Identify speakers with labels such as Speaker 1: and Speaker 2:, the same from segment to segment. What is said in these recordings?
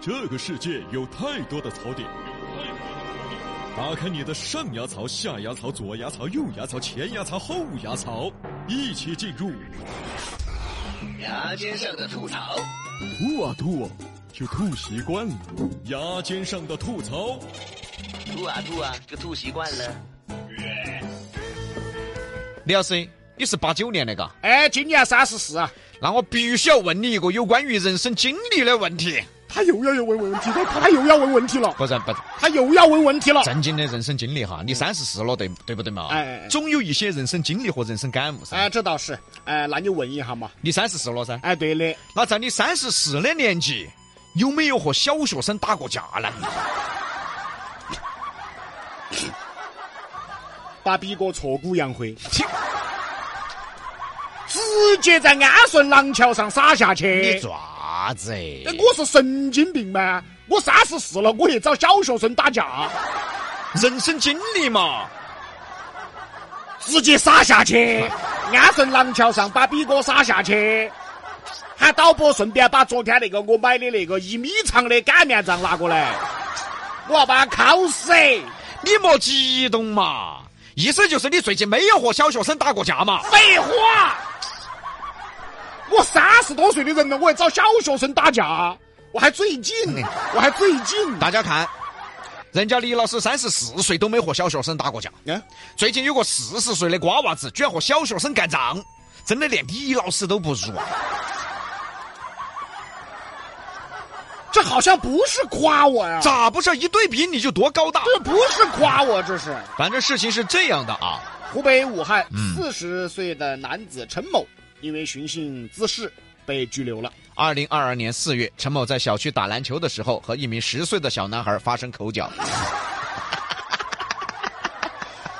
Speaker 1: 这个世界有太多的槽点，打开你的上牙槽、下牙槽、左牙槽、右牙槽、前牙槽、后牙槽，一起进入
Speaker 2: 牙尖上的吐槽，
Speaker 1: 吐啊吐啊，就吐习惯了。牙尖上的吐槽，
Speaker 2: 吐啊吐啊，就吐习惯了。
Speaker 3: 李老师，你是八九年的嘎？
Speaker 4: 哎，今年三十四，
Speaker 3: 那我必须要问你一个有关于人生经历的问题。
Speaker 4: 他又要问问题了，他又要问问题了，
Speaker 3: 不是不是，
Speaker 4: 他又要问问题了。
Speaker 3: 正经的人生经历哈，你三十四了，对对不对嘛？
Speaker 4: 哎哎哎
Speaker 3: 总有一些人生经历和人生感悟噻。
Speaker 4: 哎，这倒是，哎，那你问一下嘛。
Speaker 3: 你三十四了噻，
Speaker 4: 哎，对的，
Speaker 3: 那在你三十四的年纪，有没有和小学生打过架呢？
Speaker 4: 把比哥挫骨扬 灰，直接在安顺廊桥上撒下
Speaker 3: 你
Speaker 4: 去。
Speaker 3: 爪子？
Speaker 4: 哎我是神经病吗？我三十四了，我去找小学生打架，
Speaker 3: 人生经历嘛，
Speaker 4: 直接撒下去。安顺廊桥上把比哥撒下去，喊导播顺便把昨天那个我买的那个一米长的擀面杖拿过来，我要把它烤死。
Speaker 3: 你莫激动嘛，意思就是你最近没有和小学生打过架嘛？
Speaker 4: 废话，我三十多岁的人了，我还找小学生打架，我还最近，我还最近。
Speaker 3: 大家看，人家李老师三十四岁都没和小学生打过架，
Speaker 4: 嗯，
Speaker 3: 最近有个四十岁的瓜娃子居然和小学生干仗，真的连李老师都不如啊！
Speaker 4: 这好像不是夸我呀、
Speaker 3: 咋不是一对比你就多高大？
Speaker 4: 这不是夸我，这是
Speaker 3: 反正事情是这样的啊，
Speaker 4: 湖北武汉
Speaker 3: 嗯
Speaker 4: 四十岁的男子陈某，因为寻衅滋事被拘留了。
Speaker 3: 二零二二年四月，陈某在小区打篮球的时候和一名十岁的小男孩发生口角，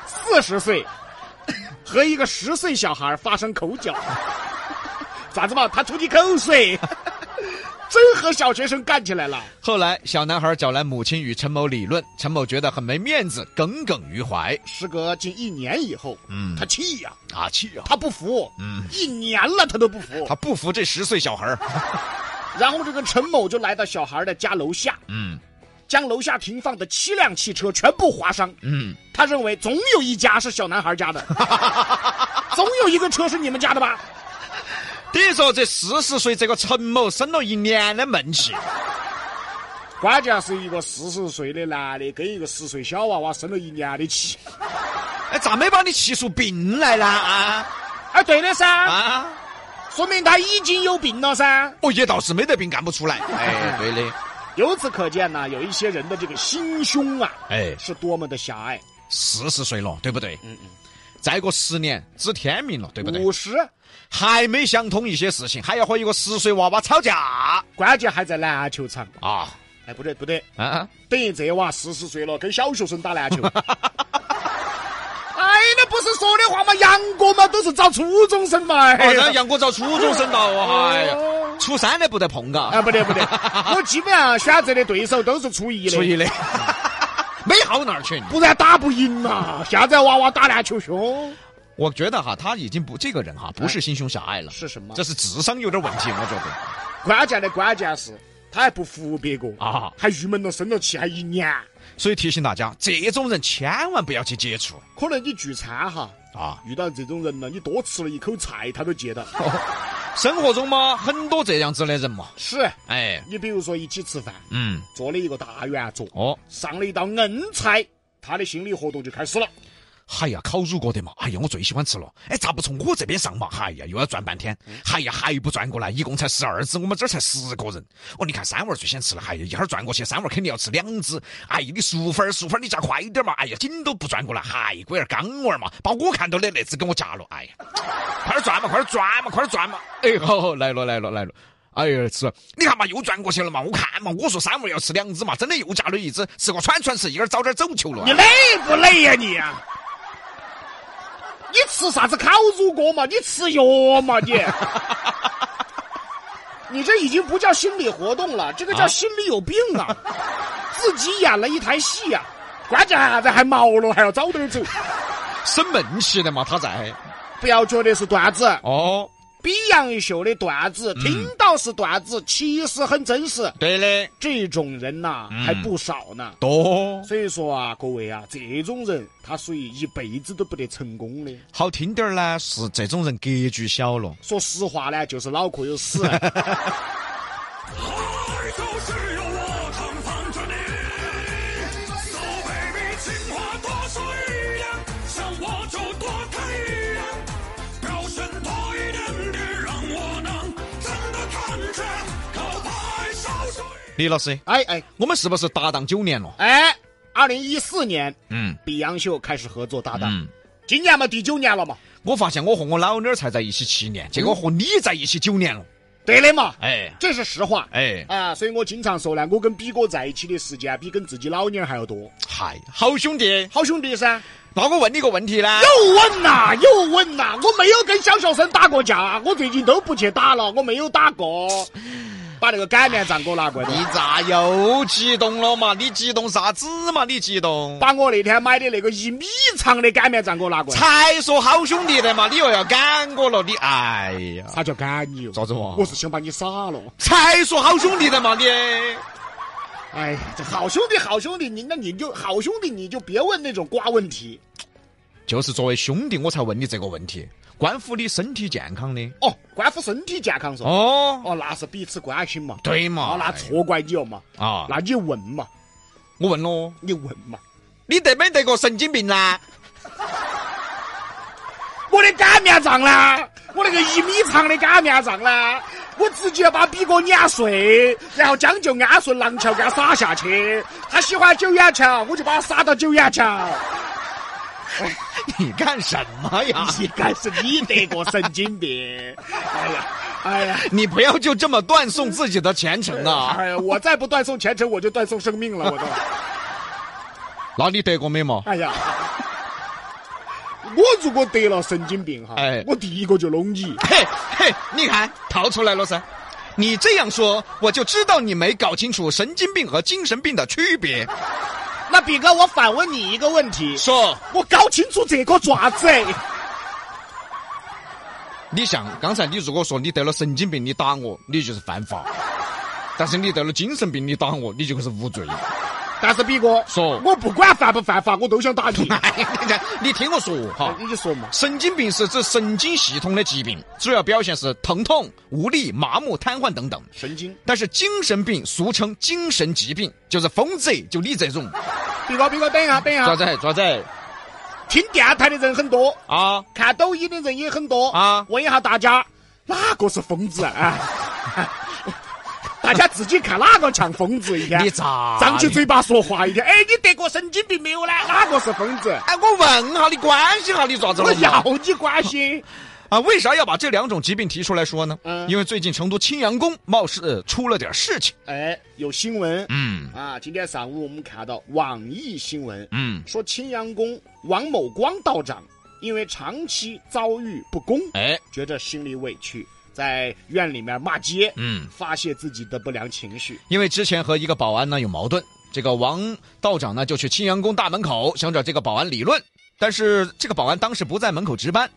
Speaker 4: 四十岁和一个十岁小孩发生口角， 咋子嘛？他吐你口水，真和小学生干起来了。
Speaker 3: 后来小男孩找来母亲与陈某理论，陈某觉得很没面子，耿耿于怀
Speaker 4: 时隔近一年以后，
Speaker 3: 嗯
Speaker 4: 他气呀、
Speaker 3: 啊，气啊！
Speaker 4: 他不服，
Speaker 3: 嗯，
Speaker 4: 一年了他都不服。
Speaker 3: 他不服这十岁小孩儿，
Speaker 4: 然后这个陈某就来到小孩的家楼下，
Speaker 3: 嗯
Speaker 4: 将楼下停放的七辆汽车全部划伤。
Speaker 3: 嗯，
Speaker 4: 他认为总有一家是小男 孩家的，总有一个车是你们家的吧？
Speaker 3: 等于说这四十岁这个陈某生了一年的闷气。
Speaker 4: 关键是一个四十岁的男的跟一个十岁小娃娃生了一年的气。
Speaker 3: 哎，咋没把你气出病来呢？啊
Speaker 4: 哎，对的噻，
Speaker 3: 啊！
Speaker 4: 说明他已经有病了噻。
Speaker 3: 哦，也倒是没得病干不出来。哎，对的，
Speaker 4: 由此可见呢，有一些人的这个心胸啊，
Speaker 3: 哎，
Speaker 4: 是多么的狭隘。
Speaker 3: 四十岁了，对不对？嗯嗯。再过十年，知天命了，对不对？
Speaker 4: 五十，
Speaker 3: 还没想通一些事情，还要和一个十岁娃娃吵架啊
Speaker 4: 关键还在篮球场。
Speaker 3: 啊
Speaker 4: 哎，不对不对，
Speaker 3: 啊！
Speaker 4: 等于这娃四十岁了，跟小学生 打篮球。哎，那不是说的话嘛，杨哥嘛都是找初中生嘛。
Speaker 3: 哦，
Speaker 4: 哎呀
Speaker 3: 让杨哥找初中生到啊！哎呀，初三的不得碰
Speaker 4: 啊，
Speaker 3: 嘎，
Speaker 4: 不对不对，我基本上选择的对手都是初一的，
Speaker 3: 初一的，没好哪儿去。
Speaker 4: 不然打不赢啊。现在娃娃打篮球凶，
Speaker 3: 我觉得哈，他已经不这个人哈，不是心胸狭隘了，
Speaker 4: 是什么
Speaker 3: 这是智商有点问题，我觉得。
Speaker 4: 关键的关键是他还不服别个
Speaker 3: 啊
Speaker 4: 还郁闷了，生了气，还一年。
Speaker 3: 所以提醒大家，这种人千万不要去接触
Speaker 4: 可能你聚餐哈，
Speaker 3: 啊！
Speaker 4: 遇到这种人了，你多吃了一口菜，他都接到。
Speaker 3: 生活中嘛，很多这样子的人嘛，
Speaker 4: 是
Speaker 3: 哎，
Speaker 4: 你比如说一起吃饭，
Speaker 3: 嗯，
Speaker 4: 坐了一个大圆桌，
Speaker 3: 哦，
Speaker 4: 上了一道硬菜，他的心理活动就开始了。
Speaker 3: 哎呀，烤乳鸽的嘛，哎呀，我最喜欢吃了，哎，咋不从我这边上嘛？哎呀，又要转半天，哎呀，还不转过来，一共才十二只，我们这儿才十个人。哦，你看三娃儿最先吃了，哎呀，一会儿转过去，三娃儿肯定要吃两只。哎呀，你淑芬儿，淑芬儿，你夹快点嘛！哎呀，紧都不转过来，哎，龟儿刚娃儿嘛，把我看到的那只给我夹了，哎呀， 快点转嘛，快点转嘛，快点转嘛！哎，好好来了来了来了。哎呀，吃！你看嘛，又转过去了嘛！我看嘛，我说三娃儿要吃两只嘛，真的又夹了一只，吃个串串吃，一会儿早点走球了。
Speaker 4: 你累不累呀、你呀、你吃啥子烤乳鸽嘛？你吃药嘛 你？你这已经不叫心理活动了，这个叫
Speaker 3: 啊
Speaker 4: 心里有病啊！自己演了一台戏呀、关键啥子还毛了，还要早点走。
Speaker 3: 生闷气的嘛，他在
Speaker 4: 不要觉得是段子，
Speaker 3: 哦。嗯
Speaker 4: 比杨秀的段子，听到是段子，其实很真实。
Speaker 3: 对的，
Speaker 4: 这种人呐、
Speaker 3: 嗯
Speaker 4: 还不少呢。
Speaker 3: 多
Speaker 4: 所以说啊，各位啊，这种人他属于一辈子都不得成功的。
Speaker 3: 好听点儿呢，是这种人格局小了。
Speaker 4: 说实话呢，就是脑壳有屎。啊
Speaker 5: 爱就是由我盛放着你。So baby，情话多说一点，想我就多看一眼，表现多一点点，让我能真的看见，可把爱少说一点。
Speaker 3: 李老师，
Speaker 4: 哎哎
Speaker 3: 我们是不是搭档九年了？
Speaker 4: 哎，二零一四年，
Speaker 3: 嗯
Speaker 4: 比杨秀开始合作搭档，
Speaker 3: 嗯，
Speaker 4: 今年嘛第九年了嘛，
Speaker 3: 我发现我和我老妞儿才在一起七年，结果和你在一起九年了。
Speaker 4: 对的嘛，
Speaker 3: 嗯哎
Speaker 4: 这是实话。
Speaker 3: 哎，
Speaker 4: 啊，所以我经常说呢，我跟比哥在一起的时间啊比跟自己老娘还要多，
Speaker 3: 嗨，好兄弟，
Speaker 4: 好兄弟噻。
Speaker 3: 那我问你个问题呢？
Speaker 4: 又问呐、又问呐、我没有跟小学生打过架，我最近都不去打了，我没有打过。把那个擀面杖给我拿过来
Speaker 3: 你
Speaker 4: 的，
Speaker 3: 咋又激动了嘛？你激动啥子嘛？你激动？
Speaker 4: 把我那天买的那个一米长的擀面杖给我拿过来。
Speaker 3: 才说好兄弟的嘛，你又要赶我了，你哎呀！
Speaker 4: 啥叫赶你哟？
Speaker 3: 咋子嘛
Speaker 4: 我是想把你杀了。
Speaker 3: 才说好兄弟的嘛，你
Speaker 4: 哎，这好兄弟，好兄弟，你那你就好兄弟，你就别问那种瓜问题
Speaker 3: 就是作为兄弟，我才问你这个问题，关乎你身体健康的。
Speaker 4: 哦，关乎身体健康嗦。哦，
Speaker 3: 哦，
Speaker 4: 那是彼此关心嘛。
Speaker 3: 对嘛
Speaker 4: 哦，那错怪你了嘛？哦
Speaker 3: 啊
Speaker 4: 那你问嘛？
Speaker 3: 我问喽，
Speaker 4: 你问嘛？
Speaker 3: 你得没得个神经病呢？
Speaker 4: 我的擀面杖呢？我那个一米长的擀面杖呢？我直接把比哥碾碎，然后将就安顺廊桥给他撒下去。他喜欢九眼桥，我就把他撒到九眼桥。
Speaker 3: 你干什么呀？
Speaker 4: 你该是你得个神经病！哎呀，哎呀，
Speaker 3: 你不要就这么断送自己的前程啊！
Speaker 4: 哎呀，我再不断送前程，我就断送生命 了，我都。
Speaker 3: 那你得过没嘛？
Speaker 4: 哎呀，我如果得了神经病哈，
Speaker 3: 哎
Speaker 4: 我第一个就弄你。
Speaker 3: 嘿嘿，你看逃出来了噻！你这样说，我就知道你没搞清楚神经病和精神病的区别。
Speaker 4: 那比哥，我反问你一个问题
Speaker 3: 说，
Speaker 4: 我搞清楚这个爪子。
Speaker 3: 你像刚才你如果说你得了神经病，你打我，你就是犯法；但是你得了精神病，你打我，你就是无罪。
Speaker 4: 但是比哥，
Speaker 3: 说
Speaker 4: 我不管犯不犯法，我都想打 你。哎
Speaker 3: 哎，你看你听我说哈。
Speaker 4: 你说嘛，
Speaker 3: 神经病是指神经系统的疾病，主要表现是疼痛、无力、麻木、瘫痪等等。
Speaker 4: 神经。
Speaker 3: 但是精神病俗称精神疾病，就是疯子，就你这种
Speaker 4: 比哥，比哥，等一下，等一
Speaker 3: 啥
Speaker 4: 下，
Speaker 3: 子啥子
Speaker 4: 听电台的人很多，
Speaker 3: 啊？
Speaker 4: 看抖音的人也很多
Speaker 3: 啊
Speaker 4: 问一下大家，哪个是疯子啊？大家自己看哪个像疯子一天。
Speaker 3: 你咋？
Speaker 4: 张起嘴巴说话一点。哎，你得过神经病没有呢？哪个是疯子？
Speaker 3: 哎，我问下你，关心下你咋子了
Speaker 4: 我
Speaker 3: 嘛？
Speaker 4: 要你关心。
Speaker 3: 啊，为啥要把这两种疾病提出来说呢？
Speaker 4: 嗯
Speaker 3: 因为最近成都青羊宫貌似、呃出了点事情。
Speaker 4: 哎，有新闻
Speaker 3: 嗯
Speaker 4: 啊！今天上午我们看到网易新闻
Speaker 3: 嗯，
Speaker 4: 说，青羊宫王某光道长因为长期遭遇不公，
Speaker 3: 哎，
Speaker 4: 觉得心里委屈，在院里面骂街，
Speaker 3: 嗯，
Speaker 4: 发泄自己的不良情绪。
Speaker 3: 因为之前和一个保安呢有矛盾，这个王道长呢就去青羊宫大门口想找这个保安理论，但是这个保安当时不在门口值班，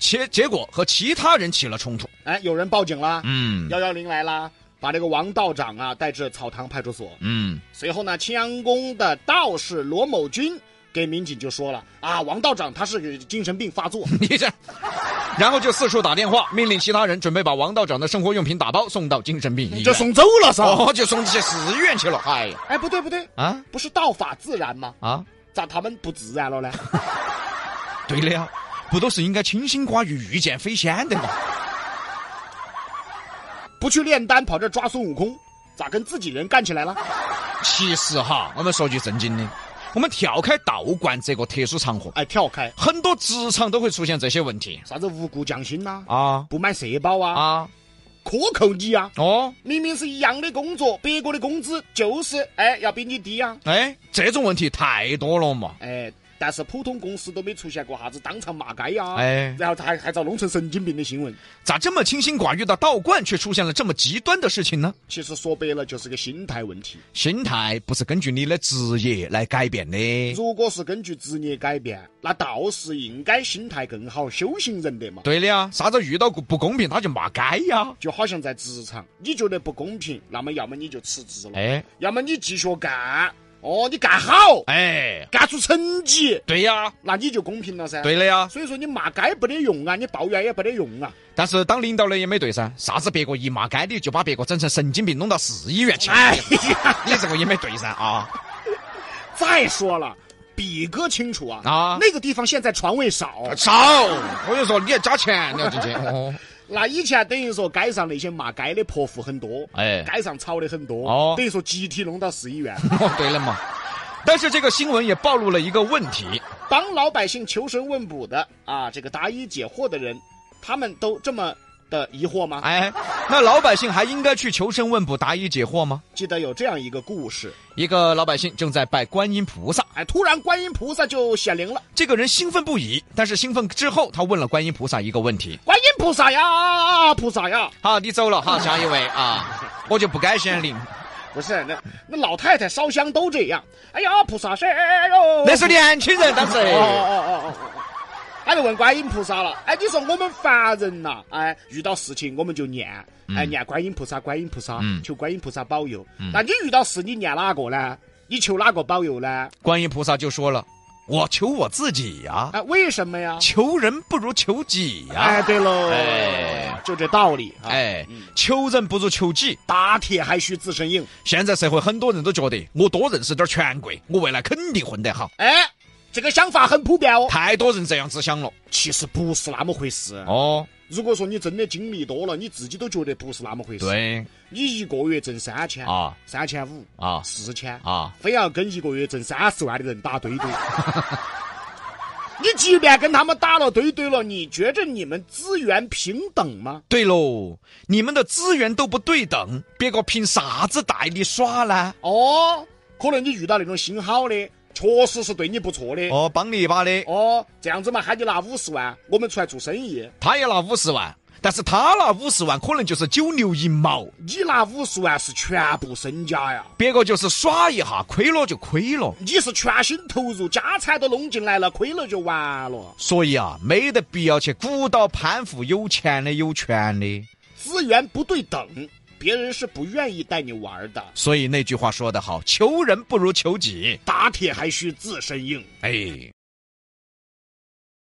Speaker 3: 结结果和其他人起了冲突。
Speaker 4: 哎，有人报警啦，
Speaker 3: 嗯
Speaker 4: 幺幺零来啦，把这个王道长啊带至草堂派出所。
Speaker 3: 嗯，
Speaker 4: 随后呢，青阳宫的道士罗某军给民警就说了啊，王道长他是精神病发 作，
Speaker 3: 你这，然后就四处打电话，命令其他人准备把王道长的生活用品打包送到精神病医院。
Speaker 4: 就送走了是吧？
Speaker 3: 哦，就送去寺院去了。哎呀，
Speaker 4: 哎，不对不对，
Speaker 3: 啊
Speaker 4: 不是道法自然吗？
Speaker 3: 啊，
Speaker 4: 咋他们不啊自然了呢？
Speaker 3: 对的呀，不都是应该清心寡欲、御剑飞仙的吗？
Speaker 4: 不去炼丹，跑这抓孙悟空，咋跟自己人干起来了？
Speaker 3: 啊其实哈，我们说句正经的，我们跳开道观这个特殊场合，
Speaker 4: 哎，跳开，
Speaker 3: 很多职场都会出现这些问题
Speaker 4: 啥子无故降薪呐、
Speaker 3: 啊
Speaker 4: 不买社保啊，
Speaker 3: 啊
Speaker 4: 克扣你啊！
Speaker 3: 哦，
Speaker 4: 明明是一样的工作，别个的工资就是哎要比你低啊！
Speaker 3: 哎，这种问题太多了嘛。
Speaker 4: 哎，但是普通公司都没出现过啥子当场骂街呀，
Speaker 3: 哎
Speaker 4: 然后他还还遭弄成神经病的新闻。
Speaker 3: 咋这么清心寡欲的道观却出现了这么极端的事情呢？
Speaker 4: 其实说白了就是个心态问题。
Speaker 3: 心态不是根据你的职业来改变的。
Speaker 4: 如果是根据职业改变，那倒是应该心态更好，修行人的嘛。
Speaker 3: 对的呀，啥子遇到不公平他就骂街呀。
Speaker 4: 就好像在职场，你觉得不公平，那么要么你就辞职了，
Speaker 3: 哎
Speaker 4: 要么你继续干。哦，你干好，
Speaker 3: 哎，
Speaker 4: 干出成绩，
Speaker 3: 对呀，
Speaker 4: 那你就公平了噻。
Speaker 3: 对的呀。
Speaker 4: 所以说你骂街没得用啊，你抱怨也没得用啊。
Speaker 3: 但是当领导的也没对噻，啥子别个一骂街你就把别个整成神经病，弄到市医院去。
Speaker 4: 哎呀，
Speaker 3: 你这个也没对噻啊。
Speaker 4: 再说了，比哥清楚啊，
Speaker 3: 啊
Speaker 4: 那个地方现在床位少，
Speaker 3: 少，我就说你要加钱，你要进去。哦，
Speaker 4: 那以前等于说街上那些骂街的泼妇很多，
Speaker 3: 哎
Speaker 4: 街上吵的很多，
Speaker 3: 哦
Speaker 4: 等于说集体弄到市医 院。
Speaker 3: 哦对了嘛。但是这个新闻也暴露了一个问题，
Speaker 4: 帮老百姓求神问卜的啊，这个答疑解惑的人，他们都这么的疑惑吗？
Speaker 3: 哎，那老百姓还应该去求神问卜、答疑解惑吗？
Speaker 4: 记得有这样一个故事，
Speaker 3: 一个老百姓正在拜观音菩萨，
Speaker 4: 哎，突然观音菩萨就显灵了，
Speaker 3: 这个人兴奋不已，但是兴奋之后，他问了观音菩萨一个问题：
Speaker 4: 观音菩萨呀，菩萨呀，
Speaker 3: 好，你走了，好，下一位啊，我就不该显灵，
Speaker 4: 不是那那老太太烧香都这样，哎呀，菩萨哦谁哟？
Speaker 3: 那是年轻人，当时。
Speaker 4: 哦哦哦哦哦。他就问观音菩萨了，哎，你说我们凡人呐、哎，遇到事情我们就念，哎，念观音菩萨，观音菩萨，
Speaker 3: 嗯
Speaker 4: 求观音菩萨保佑。那你遇到事你念哪个呢？你求哪个保佑呢？
Speaker 3: 观音菩萨就说了：“我求我自己呀、
Speaker 4: 哎，为什么呀？
Speaker 3: 求人不如求己呀、
Speaker 4: 哎，对喽，
Speaker 3: 哎
Speaker 4: 就这道理啊。
Speaker 3: 哎，求人不如求己。
Speaker 4: 打铁还需自身硬。
Speaker 3: 现在社会很多人都觉得，我多认识点权贵，我未来肯定混得好。
Speaker 4: 哎，这个想法很普遍哦。
Speaker 3: 太多人这样子想了。
Speaker 4: 其实不是那么回事。
Speaker 3: 哦，
Speaker 4: 如果说你真的经历多了，你自己都觉得不是那么回事。，
Speaker 3: 对
Speaker 4: 你一个月挣三千
Speaker 3: 啊，
Speaker 4: 三千五
Speaker 3: 啊
Speaker 4: 四千
Speaker 3: 啊，
Speaker 4: 非要跟一个月挣三十万的人打对对。 你即便跟他们打了对对了，你觉着你们资源平等吗？
Speaker 3: 对喽，你们的资源都不对等，别个凭啥子带你耍呢？
Speaker 4: 哦，可能你遇到那种心好的，确实是对你不错的。
Speaker 3: 哦，帮你一把的，
Speaker 4: 哦，这样子嘛，喊你拿五十万，我们出来做生意。
Speaker 3: 他也拿五十万，但是他拿五十万可能就是九牛一毛，
Speaker 4: 你拿五十万是全部身家呀，
Speaker 3: 别个就是耍一下，亏了就亏了。
Speaker 4: 你是全心投入，家产都弄进来了，亏了就完了。
Speaker 3: 所以啊，没得必要去鼓捣攀附有钱的、有权的。
Speaker 4: 资源不对等，别人是不愿意带你玩的。
Speaker 3: 所以那句话说得好，求人不如求己。
Speaker 4: 打铁还需自身硬。
Speaker 3: 哎。